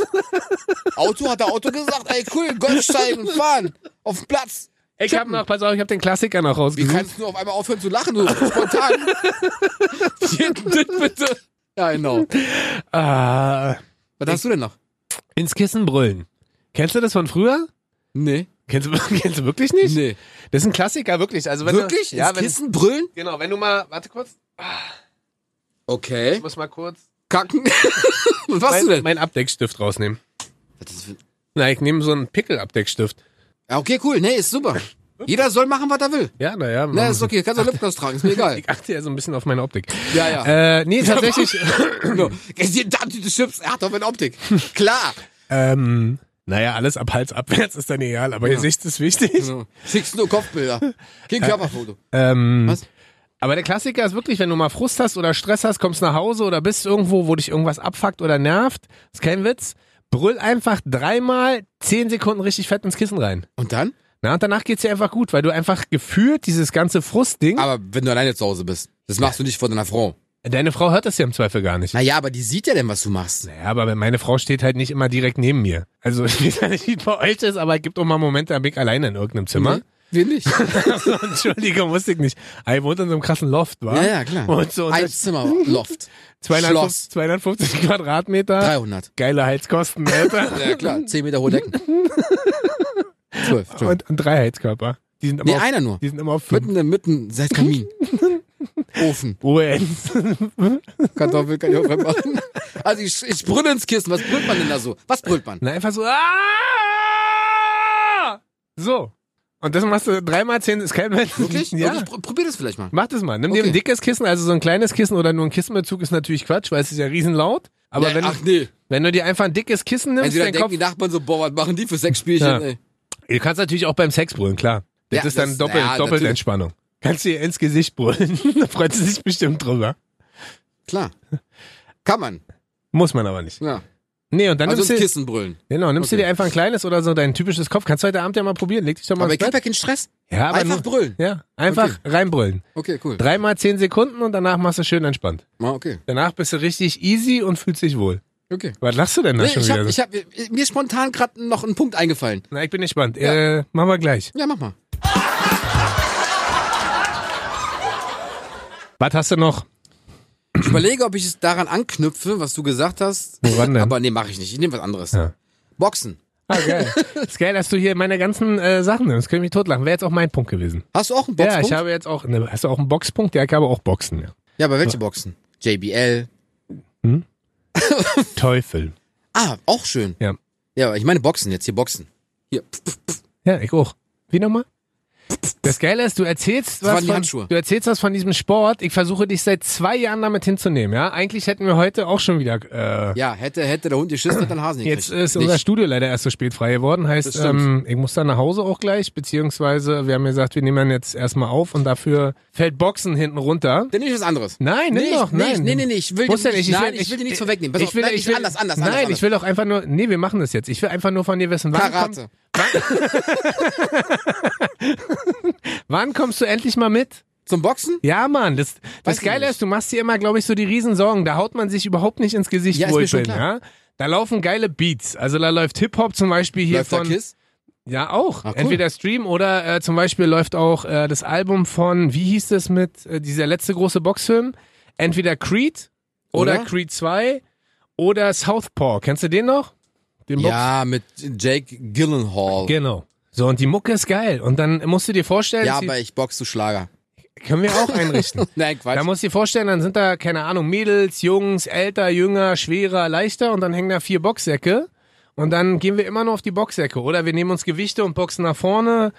S1: Auto hat der Auto gesagt, ey cool, Goldstein und fahren. Auf den Platz.
S2: ich hab noch, pass auf, ich hab den Klassiker noch
S1: Wie
S2: rausgesucht.
S1: kannst du nur auf einmal aufhören zu lachen, so spontan? Wie geht denn das bitte? Ja, genau.
S2: Ah,
S1: Was hast du denn noch?
S2: ins Kissen brüllen. Kennst du das von früher?
S1: Nee.
S2: Kennst du, kennst du wirklich nicht?
S1: Nee.
S2: Das ist ein Klassiker, wirklich. Also wenn
S1: Wirklich?
S2: Du, ja,
S1: Ins
S2: wenn,
S1: Kissen brüllen?
S2: Genau, wenn du mal, warte kurz,
S1: Okay.
S2: ich muss mal kurz
S1: Kacken. Was machst du
S2: mein,
S1: denn?
S2: meinen Abdeckstift rausnehmen.
S1: Was ist das für-
S2: Na, ich nehme so einen Pickel-Abdeckstift.
S1: Ja, okay, cool. Nee, ist super. Jeder soll machen, was er will.
S2: Ja, naja.
S1: Nee, ist okay. Kannst du Lipgloss tragen, ist mir egal.
S2: Ich achte ja so ein bisschen auf meine Optik.
S1: Ja, ja.
S2: Äh, nee, tatsächlich.
S1: Genau. Jeden Tag Tüte Chips. Er hat doch meine Optik. Klar.
S2: ähm, naja, alles ab Hals abwärts ist dann egal, aber Gesicht ist wichtig.
S1: Genau. Schickst nur Kopfbilder. Kein Körperfoto.
S2: Ähm,
S1: Was?
S2: Aber der Klassiker ist wirklich, wenn du mal Frust hast oder Stress hast, kommst nach Hause oder bist irgendwo, wo dich irgendwas abfuckt oder nervt, ist kein Witz, brüll einfach dreimal zehn Sekunden richtig fett ins Kissen rein.
S1: Und dann?
S2: Na, und danach geht's dir einfach gut, weil du einfach gefühlt dieses ganze Frustding,
S1: Aber wenn du alleine zu Hause bist, das machst du nicht vor deiner Frau.
S2: deine Frau hört das ja im Zweifel gar nicht.
S1: Naja, aber die sieht ja denn, was du machst.
S2: Naja, aber meine Frau steht halt nicht immer direkt neben mir. Also ich weiß ja nicht, wie es bei euch ist, aber es gibt auch mal Momente, da bin ich alleine in irgendeinem Zimmer.
S1: Wir nicht.
S2: Also, Entschuldige, wusste ich nicht. Ich wohnt in so einem krassen Loft, war?
S1: Ja, ja, klar.
S2: Und so
S1: Ein Zimmer, Loft.
S2: 250,
S1: Schloss.
S2: 250 Quadratmeter.
S1: 300.
S2: Geile Heizkosten, Alter.
S1: Ah. Ja, klar. 10 Meter hohe Decken. 12. Entschuldigung.
S2: und, und drei Heizkörper. Die sind immer
S1: Nee,
S2: auf,
S1: einer nur.
S2: die sind immer auf fünf.
S1: Mitten, im- mitten, seit Kamin. Ofen.
S2: OENs.
S1: Kartoffel kann ich auch machen. Also ich, ich brülle ins Kissen. Was brüllt man denn da so? Was brüllt man?
S2: Na, einfach so. "Aah!" So. Und das machst du dreimal zehn, ist kein Mensch.
S1: Wirklich?
S2: Ja.
S1: Wirklich? Pro- Probier das vielleicht mal.
S2: Mach das mal. Nimm dir
S1: Okay.
S2: ein dickes Kissen, also so ein kleines Kissen oder nur ein Kissenbezug ist natürlich Quatsch, weil es ist ja riesenlaut. Aber
S1: ja,
S2: wenn,
S1: ach nee.
S2: wenn du dir einfach ein dickes Kissen nimmst,
S1: Entweder
S2: dein
S1: denken
S2: Kopf.
S1: die Nachbarn so, boah, was machen die für Sexspielchen?
S2: Ja.
S1: Ey.
S2: Du kannst natürlich auch beim Sex brüllen, klar. Das
S1: Ja,
S2: ist dann
S1: das-
S2: doppelt,
S1: ja,
S2: doppelt
S1: natürlich.
S2: Entspannung. Kannst du ihr ins Gesicht brüllen. da freut sie sich bestimmt drüber.
S1: Klar. Kann man.
S2: Muss man aber nicht.
S1: Ja.
S2: Nee, und dann
S1: Also ins
S2: nimmst du.
S1: Kissen brüllen.
S2: Genau, nimmst du
S1: Okay.
S2: dir einfach ein kleines oder so dein typisches Kopf. Kannst du heute Abend ja mal probieren. Leg dich doch mal
S1: Aber
S2: ins
S1: ich hab
S2: Bett.
S1: ja keinen Stress.
S2: Ja, aber
S1: Einfach
S2: nur,
S1: brüllen.
S2: ja, einfach reinbrüllen.
S1: Okay, cool.
S2: Dreimal zehn Sekunden und danach machst du schön entspannt.
S1: Ah, okay.
S2: Danach bist du richtig easy und fühlst dich wohl.
S1: Okay.
S2: Was lachst du denn da
S1: Nee,
S2: schon
S1: ich
S2: wieder?
S1: hab,
S2: so?
S1: ich hab, mir ist spontan gerade noch ein Punkt eingefallen.
S2: Na, ich bin gespannt. Äh, machen wir gleich.
S1: Ja, mach mal.
S2: Was hast du noch?
S1: Ich überlege, ob ich es daran anknüpfe, was du gesagt hast.
S2: Woran denn?
S1: Aber nee, mache ich nicht. Ich nehme was anderes.
S2: Ja.
S1: Boxen.
S2: Ah, geil. ist geil, dass du hier meine ganzen äh, Sachen nimmst. Können mich totlachen. Wäre jetzt auch mein Punkt gewesen.
S1: Hast du auch einen Boxpunkt?
S2: Ja, ich habe jetzt auch. Ne, hast du auch einen Boxpunkt? Ja, ich habe auch Boxen. Ja.
S1: ja aber welche Boxen? JBL.
S2: Teufel.
S1: Ah, auch schön.
S2: Ja.
S1: Ja, aber ich meine Boxen jetzt. Hier Boxen. Hier. Pf, pf, pf.
S2: Ja, ich auch. Wie nochmal? Das Geile ist, du erzählst
S1: waren
S2: was
S1: die
S2: von,
S1: Handschuhe.
S2: du erzählst was von diesem Sport. Ich versuche dich seit zwei Jahren damit hinzunehmen. Ja, eigentlich hätten wir heute auch schon wieder. Äh,
S1: Ja, hätte, hätte der Hund geschissen, hätte er einen Hasen gekriegt.
S2: jetzt ist unser
S1: Nicht.
S2: Studio leider erst so spät frei geworden.
S1: Das
S2: Heißt,
S1: stimmt.
S2: ähm, ich muss dann nach Hause auch gleich, beziehungsweise wir haben gesagt, wir nehmen dann jetzt erstmal auf und dafür fällt Boxen hinten runter.
S1: Dann nehme ich was anderes.
S2: Nein, nimm
S1: Nee,
S2: doch,
S1: nee,
S2: nein.
S1: nee, nee, nee, ich will
S2: Muss
S1: dir
S2: ja
S1: nicht-
S2: nicht,
S1: nein, ich will dir nichts vorwegnehmen. Pass
S2: ich
S1: auf,
S2: will,
S1: nein,
S2: ich
S1: nicht
S2: will,
S1: anders, anders,
S2: Nein,
S1: anders, anders.
S2: ich will auch einfach nur, nee, wir machen das jetzt. Ich will einfach nur von dir wissen, wann, kommt,
S1: Karate.
S2: wann kommst du endlich mal mit?
S1: Zum Boxen?
S2: Ja, Mann, das,
S1: Weiß
S2: das
S1: ich
S2: Geile
S1: nicht.
S2: ist, du machst dir immer, glaube ich, so die Riesensorgen. Da haut man sich überhaupt nicht ins Gesicht,
S1: Ja, ist
S2: wo
S1: mir
S2: ich
S1: schon
S2: bin.
S1: klar.
S2: Ja? Da laufen geile Beats. Also da läuft Hip-Hop zum Beispiel hier
S1: Läuft da
S2: von.
S1: Kiss?
S2: Ja, auch.
S1: Ach, Ah, cool.
S2: Entweder Stream oder äh, zum Beispiel läuft auch äh, das Album von, wie hieß das mit äh, dieser letzte große Boxfilm? Entweder Creed oder,
S1: Oder?
S2: Creed 2 oder Southpaw. Kennst du den noch? Den Box-
S1: Ja, mit Jake Gyllenhaal.
S2: Genau. So, und die Mucke ist geil. Und dann musst du dir vorstellen,
S1: ja,
S2: sie-
S1: aber ich boxe zu Schlager.
S2: können wir auch einrichten.
S1: Nein,
S2: Da
S1: Quatsch.
S2: musst du dir vorstellen, dann sind da, keine Ahnung, Mädels, Jungs, älter, jünger, schwerer, leichter und dann hängen da vier Boxsäcke. Und dann gehen wir immer nur auf die Boxsäcke. Oder wir nehmen uns Gewichte und boxen nach vorne.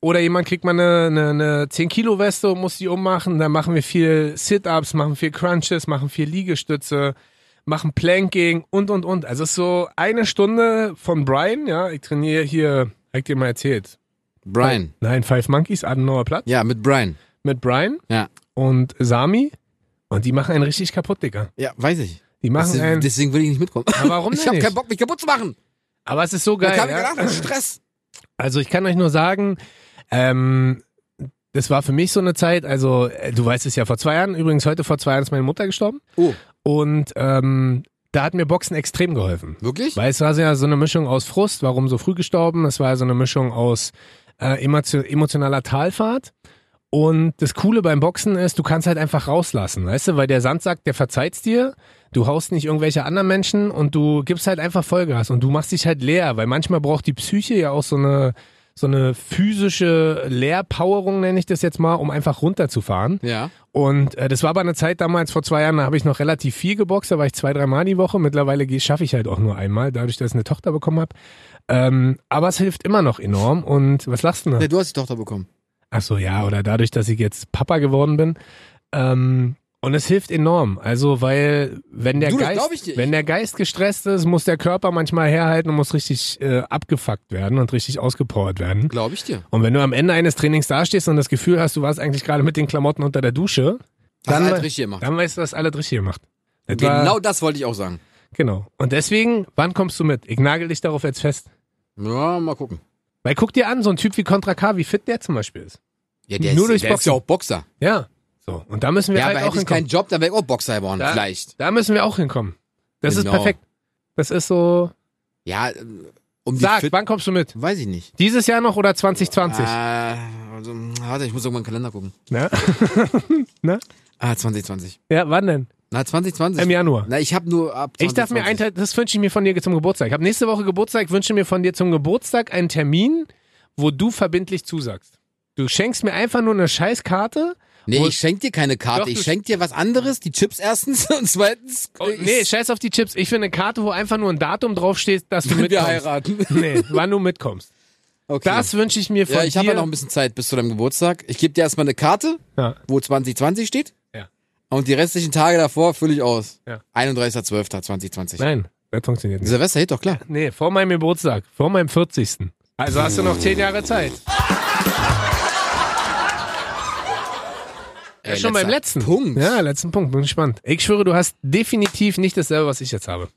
S2: Oder jemand kriegt mal eine, eine, eine 10-Kilo-Weste und muss die ummachen. Dann machen wir viel Sit-Ups, machen viel Crunches, machen viel Liegestütze, machen Planking und, und, und. Also es ist so eine Stunde von Brian, ja. Ich trainiere hier, hab ich dir mal erzählt.
S1: Brian.
S2: Nein, Five Monkeys, Adenauer Platz.
S1: Ja, mit Brian.
S2: Mit Brian
S1: Ja.
S2: und Sami und die machen einen richtig kaputt, Digga.
S1: Ja, weiß ich.
S2: Die machen
S1: deswegen,
S2: einen.
S1: deswegen will ich nicht mitkommen.
S2: Aber warum
S1: Ich
S2: denn
S1: habe
S2: nicht?
S1: keinen Bock, mich kaputt zu machen.
S2: Aber es ist so
S1: Da
S2: geil.
S1: kam ich
S2: ja?
S1: gedacht, das ist Stress.
S2: Also ich kann euch nur sagen, ähm, das war für mich so eine Zeit, also äh, du weißt es ja vor zwei Jahren, übrigens heute vor zwei Jahren ist meine Mutter gestorben
S1: Oh,
S2: und ähm, da hat mir Boxen extrem geholfen.
S1: wirklich?
S2: Weil es war so ja so eine Mischung aus Frust, warum so früh gestorben, es war so eine Mischung aus äh, emotio emotionaler Talfahrt. Und das Coole beim Boxen ist, du kannst halt einfach rauslassen, weißt du, weil der Sandsack, der verzeiht's dir, du haust nicht irgendwelche anderen Menschen und du gibst halt einfach Vollgas und du machst dich halt leer, weil manchmal braucht die Psyche ja auch so eine, so eine physische Leerpowerung, nenne ich das jetzt mal, um einfach runterzufahren.
S1: Ja.
S2: Und äh, das war aber eine Zeit damals, vor zwei Jahren, da habe ich noch relativ viel geboxt, da war ich zwei, dreimal die Woche. Mittlerweile geh- schaffe ich halt auch nur einmal, dadurch, dass ich eine Tochter bekommen habe. Ähm, aber es hilft immer noch enorm. Und was lachst du denn da?
S1: Nee, du hast die Tochter bekommen.
S2: Ach so, ja, oder dadurch, dass ich jetzt Papa geworden bin. Ähm, und es hilft enorm. Also, weil wenn der,
S1: Du, das glaub ich
S2: Geist,
S1: dir.
S2: wenn der Geist gestresst ist, muss der Körper manchmal herhalten und muss richtig äh, abgefuckt werden und richtig ausgepowert werden.
S1: Glaube ich dir.
S2: Und wenn du am Ende eines Trainings dastehst und das Gefühl hast, du warst eigentlich gerade mit den Klamotten unter der Dusche,
S1: Hast
S2: Dann-
S1: du halt richtig gemacht.
S2: dann weißt du, dass alle richtig gemacht. Das
S1: Genau
S2: war,
S1: das wollte ich auch sagen.
S2: genau. Und deswegen, wann kommst du mit? Ich nagel dich darauf jetzt fest.
S1: Ja, mal gucken.
S2: Weil guck dir an, so ein Typ wie Contra K, wie fit der zum Beispiel ist.
S1: Ja, der
S2: Nur
S1: ist,
S2: durchs
S1: der ist ja
S2: Boxen.
S1: auch Boxer.
S2: Ja. So. Und da müssen wir
S1: Ja,
S2: halt
S1: aber
S2: auch
S1: hätte ich keinen
S2: hinkommen.
S1: Job, dann wäre ich auch Boxer geworden.
S2: Ja.
S1: Vielleicht.
S2: Da müssen wir auch hinkommen. Das
S1: Genau.
S2: ist perfekt. Das ist so.
S1: Ja, äh, um die
S2: Sag,
S1: Fit
S2: wann kommst du mit?
S1: Weiß ich nicht.
S2: Dieses Jahr noch oder 2020?
S1: Äh, also, warte, ich muss irgendwann einen Kalender gucken.
S2: Na?
S1: Ah, 2020.
S2: Ne? Ja, wann denn?
S1: Na, 2020.
S2: Im Januar.
S1: Na, ich habe nur ab 2020.
S2: Ich darf mir einen, Teil- das wünsche ich mir von dir zum Geburtstag. Ich habe nächste Woche Geburtstag, wünsche mir von dir zum Geburtstag einen Termin, wo du verbindlich zusagst. Du schenkst mir einfach nur eine Scheißkarte
S1: Nee,
S2: Wo-
S1: ich schenk dir keine Karte.
S2: Doch,
S1: ich
S2: du-
S1: schenk dir was anderes. Die Chips erstens und zweitens.
S2: Oh, nee, scheiß auf die Chips. Ich will eine Karte, wo einfach nur ein Datum draufsteht, dass du
S1: wenn wir
S2: mitkommst.
S1: heiraten.
S2: Nee, wann du mitkommst.
S1: Okay.
S2: Das wünsche ich mir von
S1: ja, ich habe
S2: dir.
S1: ja noch ein bisschen Zeit bis zu deinem Geburtstag. Ich gebe dir erstmal eine Karte,
S2: ja.
S1: wo 2020 steht.
S2: Ja.
S1: Und die restlichen Tage davor fülle ich aus.
S2: Ja. Ne?
S1: 31.12.2020.
S2: Nein, das funktioniert nicht.
S1: Silvester geht doch klar.
S2: Nee, vor meinem Geburtstag, vor meinem 40. Also hast du noch 10 Jahre Zeit.
S1: Ey,
S2: schon beim
S1: letzter
S2: letzten.
S1: Punkt.
S2: Ja, letzten Punkt, bin gespannt. Ich schwöre, du hast definitiv nicht dasselbe, was ich jetzt habe.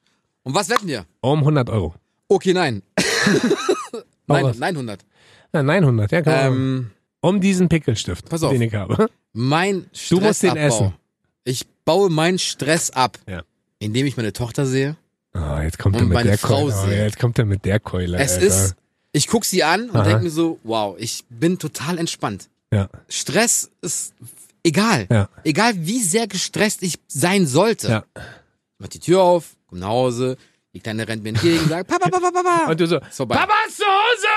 S1: Und was wetten wir?
S2: Um 100 Euro.
S1: Okay, nein. nein,
S2: raus.
S1: 900.
S2: Ja, 900, ja, genau.
S1: Ähm,
S2: um diesen Pickelstift,
S1: pass auf.
S2: den ich habe.
S1: mein Stress
S2: Du musst den essen.
S1: Ich baue meinen Stress ab,
S2: Ja.
S1: indem ich meine Tochter sehe.
S2: Ah, jetzt kommt
S1: Und
S2: er mit
S1: Um meine
S2: der
S1: Frau
S2: Keule. Ah,
S1: sehe.
S2: jetzt kommt er mit der Keule.
S1: Es
S2: Alter.
S1: ist, ich guck sie an und
S2: Aha.
S1: denke mir so, wow, ich bin total entspannt.
S2: Ja.
S1: Stress ist egal.
S2: Ja.
S1: Egal, wie sehr gestresst ich sein sollte.
S2: Ja.
S1: Ich mach die Tür auf, komm nach Hause, die Kleine rennt mir entgegen, sagt, Papa, Papa, Papa.
S2: Und du so,
S1: ist vorbei.
S2: Papa ist zu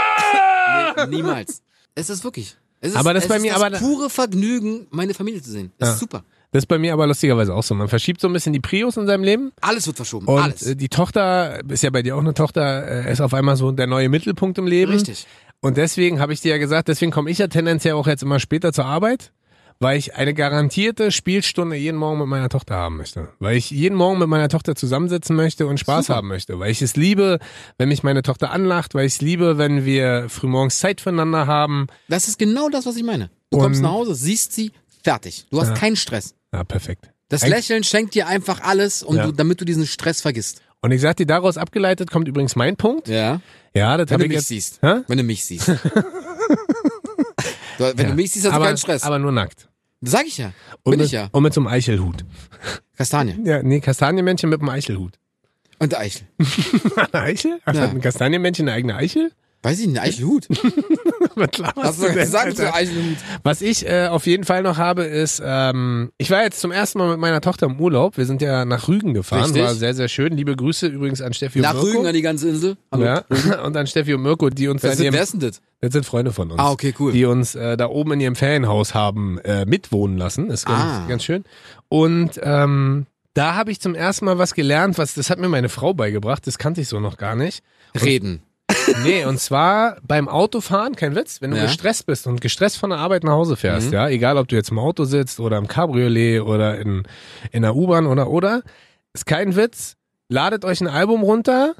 S2: Hause!
S1: Nee, niemals. Es ist wirklich. Es ist,
S2: Aber das
S1: es
S2: bei
S1: ist
S2: mir-
S1: das
S2: aber da-
S1: pure Vergnügen, meine Familie zu sehen. Das
S2: Ja.
S1: ist super.
S2: Das ist bei mir aber lustigerweise auch so. Man verschiebt so ein bisschen die Prios in seinem Leben.
S1: Alles wird verschoben.
S2: Und
S1: Alles.
S2: äh, die Tochter, ist ja bei dir auch eine Tochter, äh, ist auf einmal so der neue Mittelpunkt im Leben.
S1: Richtig.
S2: Und deswegen habe ich dir ja gesagt, deswegen komme ich ja tendenziell auch jetzt immer später zur Arbeit, weil ich eine garantierte Spielstunde jeden Morgen mit meiner Tochter haben möchte. Weil ich jeden Morgen mit meiner Tochter zusammensitzen möchte und Spaß haben möchte. Weil ich es liebe, wenn mich meine Tochter anlacht, weil ich es liebe, wenn wir frühmorgens Zeit füreinander haben.
S1: Das ist genau das, was ich meine. Du kommst
S2: Und-
S1: nach Hause, siehst sie, fertig. Du hast keinen Stress.
S2: Ja, perfekt.
S1: Das
S2: Eigentlich-
S1: Lächeln schenkt dir einfach alles, und
S2: Ja.
S1: du, damit du diesen Stress vergisst.
S2: Und ich sag dir, daraus abgeleitet kommt übrigens mein Punkt.
S1: Ja.
S2: Ja, das
S1: Wenn du
S2: habe ich
S1: mich
S2: jetzt.
S1: siehst.
S2: Hä?
S1: Wenn du mich siehst. So, Wenn du mich siehst, hast du
S2: aber,
S1: keinen Stress.
S2: Aber nur nackt.
S1: Das sag ich ja.
S2: Und
S1: Bin
S2: mit,
S1: ich ja.
S2: Und mit so einem Eichelhut.
S1: Kastanie.
S2: Ja, nee, Kastanienmännchen mit einem Eichelhut.
S1: Und der Eichel.
S2: Eine Eichel? Ach,
S1: Ja.
S2: Hat ein Kastanienmännchen eine eigene Eichel?
S1: Weiß ich nicht, ein Eichelhut.
S2: Was laberst
S1: Hast du doch
S2: denn,
S1: gesagt,
S2: Alter?
S1: der Eichelhut.
S2: Was ich äh, auf jeden Fall noch habe, ist, ähm, ich war jetzt zum ersten Mal mit meiner Tochter im Urlaub. Wir sind ja nach Rügen gefahren.
S1: Richtig.
S2: War sehr, sehr schön. Liebe Grüße übrigens an Steffi
S1: Nach
S2: und Mirko.
S1: Rügen an die ganze Insel. Hallo.
S2: ja, und an Steffi und Mirko, die uns
S1: Wer,
S2: da
S1: ist,
S2: in ihrem,
S1: wer ist denn das?
S2: das sind Freunde von uns,
S1: Ah, okay, cool.
S2: die uns äh, da oben in ihrem Ferienhaus haben äh, mitwohnen lassen. Ist ganz,
S1: Ah.
S2: ganz schön. Und ähm, da habe ich zum ersten Mal was gelernt, was das hat mir meine Frau beigebracht. Das kannte ich so noch gar nicht.
S1: Reden.
S2: Nee, und zwar beim Autofahren, kein Witz, wenn du
S1: Ja. Mhm.
S2: gestresst bist und gestresst von der Arbeit nach Hause fährst, ja, egal ob du jetzt im Auto sitzt oder im Cabriolet oder in, in der U-Bahn oder oder, ist kein Witz, ladet euch ein Album runter,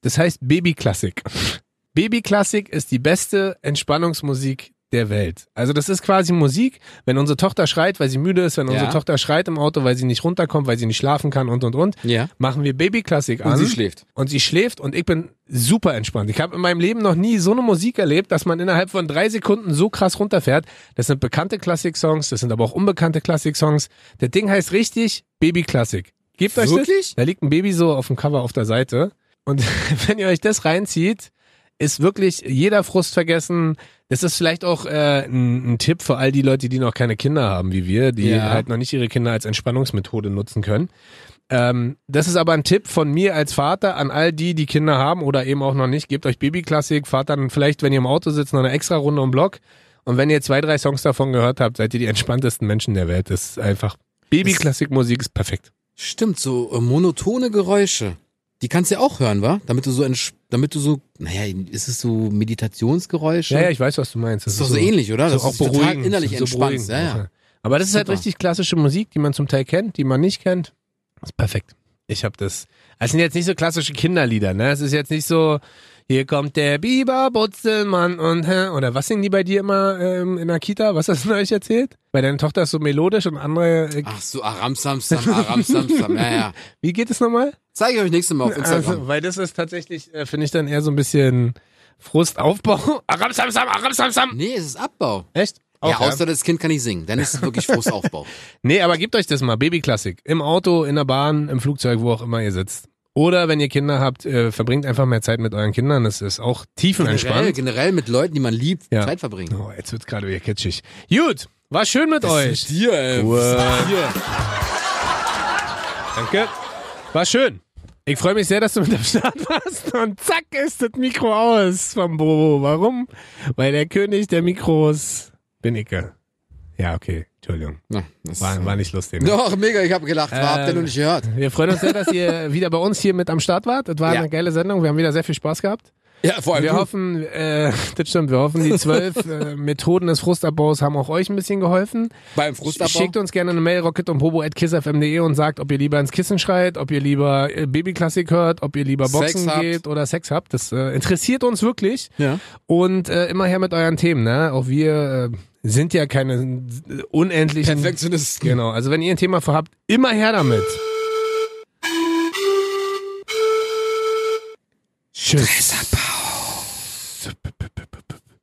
S2: das heißt Baby Classic. Baby Classic ist die beste Entspannungsmusik der Welt. Also das ist quasi Musik, wenn unsere Tochter schreit, weil sie müde ist, wenn unsere
S1: Ja.
S2: Tochter schreit im Auto, weil sie nicht runterkommt, weil sie nicht schlafen kann und und und,
S1: Ja.
S2: machen wir Baby Classic an
S1: Und sie schläft.
S2: und sie schläft und ich bin super entspannt. Ich habe in meinem Leben noch nie so eine Musik erlebt, dass man innerhalb von drei Sekunden so krass runterfährt. Das sind bekannte Klassik-Songs, das sind aber auch unbekannte Klassik-Songs. Das Ding heißt richtig Baby Klassik. Gebt euch
S1: Wirklich?
S2: das. Da liegt ein Baby so auf dem Cover auf der Seite. Und wenn ihr euch das reinzieht, ist wirklich jeder Frust vergessen. Das ist vielleicht auch äh, ein, ein Tipp für all die Leute, die noch keine Kinder haben wie wir, die
S1: Ja.
S2: halt noch nicht ihre Kinder als Entspannungsmethode nutzen können. Ähm, das ist aber ein Tipp von mir als Vater an all die, die Kinder haben oder eben auch noch nicht. Gebt euch Babyklassik, fahrt dann vielleicht, wenn ihr im Auto sitzt, noch eine extra Runde um den Block. Und wenn ihr zwei, drei Songs davon gehört habt, seid ihr die entspanntesten Menschen der Welt. Das ist einfach. Babyklassikmusik ist perfekt.
S1: Stimmt, so äh, monotone Geräusche. Die kannst du ja auch hören, wa? Damit du so, entsch- damit du so, naja, ist es so Meditationsgeräusche?
S2: Ja, ja, ich weiß, was du meinst. Das
S1: ist doch so ähnlich, oder?
S2: So
S1: Das
S2: auch
S1: ist total
S2: beruhigend,
S1: innerlich
S2: so
S1: entspannt.
S2: beruhigend.
S1: Ja, ja.
S2: Aber das ist halt
S1: Super.
S2: richtig klassische Musik, die man zum Teil kennt, die man nicht kennt. Das ist perfekt. Ich habe das. Es sind jetzt nicht so klassische Kinderlieder, ne? Es ist jetzt nicht so, hier kommt der Biber, Butzelmann und hä? oder was singen die bei dir immer ähm, in der Kita? Was hast du denn euch erzählt? Bei deiner Tochter ist so melodisch und andere. Äh,
S1: Ach so, Aramsamsam, Aramsamsam, ja, ja.
S2: wie geht es nochmal?
S1: Zeige ich euch nächstes Mal auf Instagram.
S2: Also, weil das ist tatsächlich, äh, finde ich dann eher so ein bisschen Frustaufbau. Aram sam sam, aram sam sam.
S1: Nee, es ist Abbau.
S2: Echt? Auch,
S1: ja, außer das Kind kann nicht singen. Dann ist es wirklich Frustaufbau.
S2: Nee, aber gebt euch das mal. Babyklassik. Im Auto, in der Bahn, im Flugzeug, wo auch immer ihr sitzt. Oder wenn ihr Kinder habt, äh, verbringt einfach mehr Zeit mit euren Kindern. Das ist auch
S1: generell,
S2: tiefenentspannt.
S1: generell mit Leuten, die man liebt,
S2: Ja.
S1: Zeit verbringen.
S2: Oh, jetzt wird's gerade wieder kitschig. Gut, war schön mit euch.
S1: dir, ey.
S2: Danke. War schön. Ich freue mich sehr, dass du mit am Start warst. Und zack ist das Mikro aus vom Bobo. Warum? Weil der König der Mikros bin ich. Ja, okay. Entschuldigung.
S1: Na, das
S2: War, war nicht lustig. Ne?
S1: Doch, mega, ich habe gelacht. War, habt ihr
S2: Ähm.
S1: noch nicht gehört?
S2: Wir freuen uns sehr, dass ihr wieder bei uns hier mit am Start wart. Das war
S1: Ja. Also-
S2: eine geile Sendung. Wir haben wieder sehr viel Spaß gehabt.
S1: Ja, vor allem.
S2: Wir
S1: du.
S2: hoffen, äh, das stimmt, wir hoffen, die zwölf äh, Methoden des Frustabbaus haben auch euch ein bisschen geholfen.
S1: beim Frustabbau.
S2: Schickt uns gerne eine Mail, rocket und bobo at kissfm.de und sagt, ob ihr lieber ins Kissen schreit, ob ihr lieber äh, Babyklassik hört, ob ihr lieber
S1: Sex
S2: Boxen
S1: habt.
S2: geht oder Sex habt. Das äh, interessiert uns wirklich.
S1: Ja.
S2: Und äh, immer her mit euren Themen, ne? Auch wir äh, sind ja keine äh, unendlichen
S1: Perfektionisten.
S2: Genau, also wenn ihr ein Thema vorhabt, immer her damit. Tschüss.
S1: Fressabbau.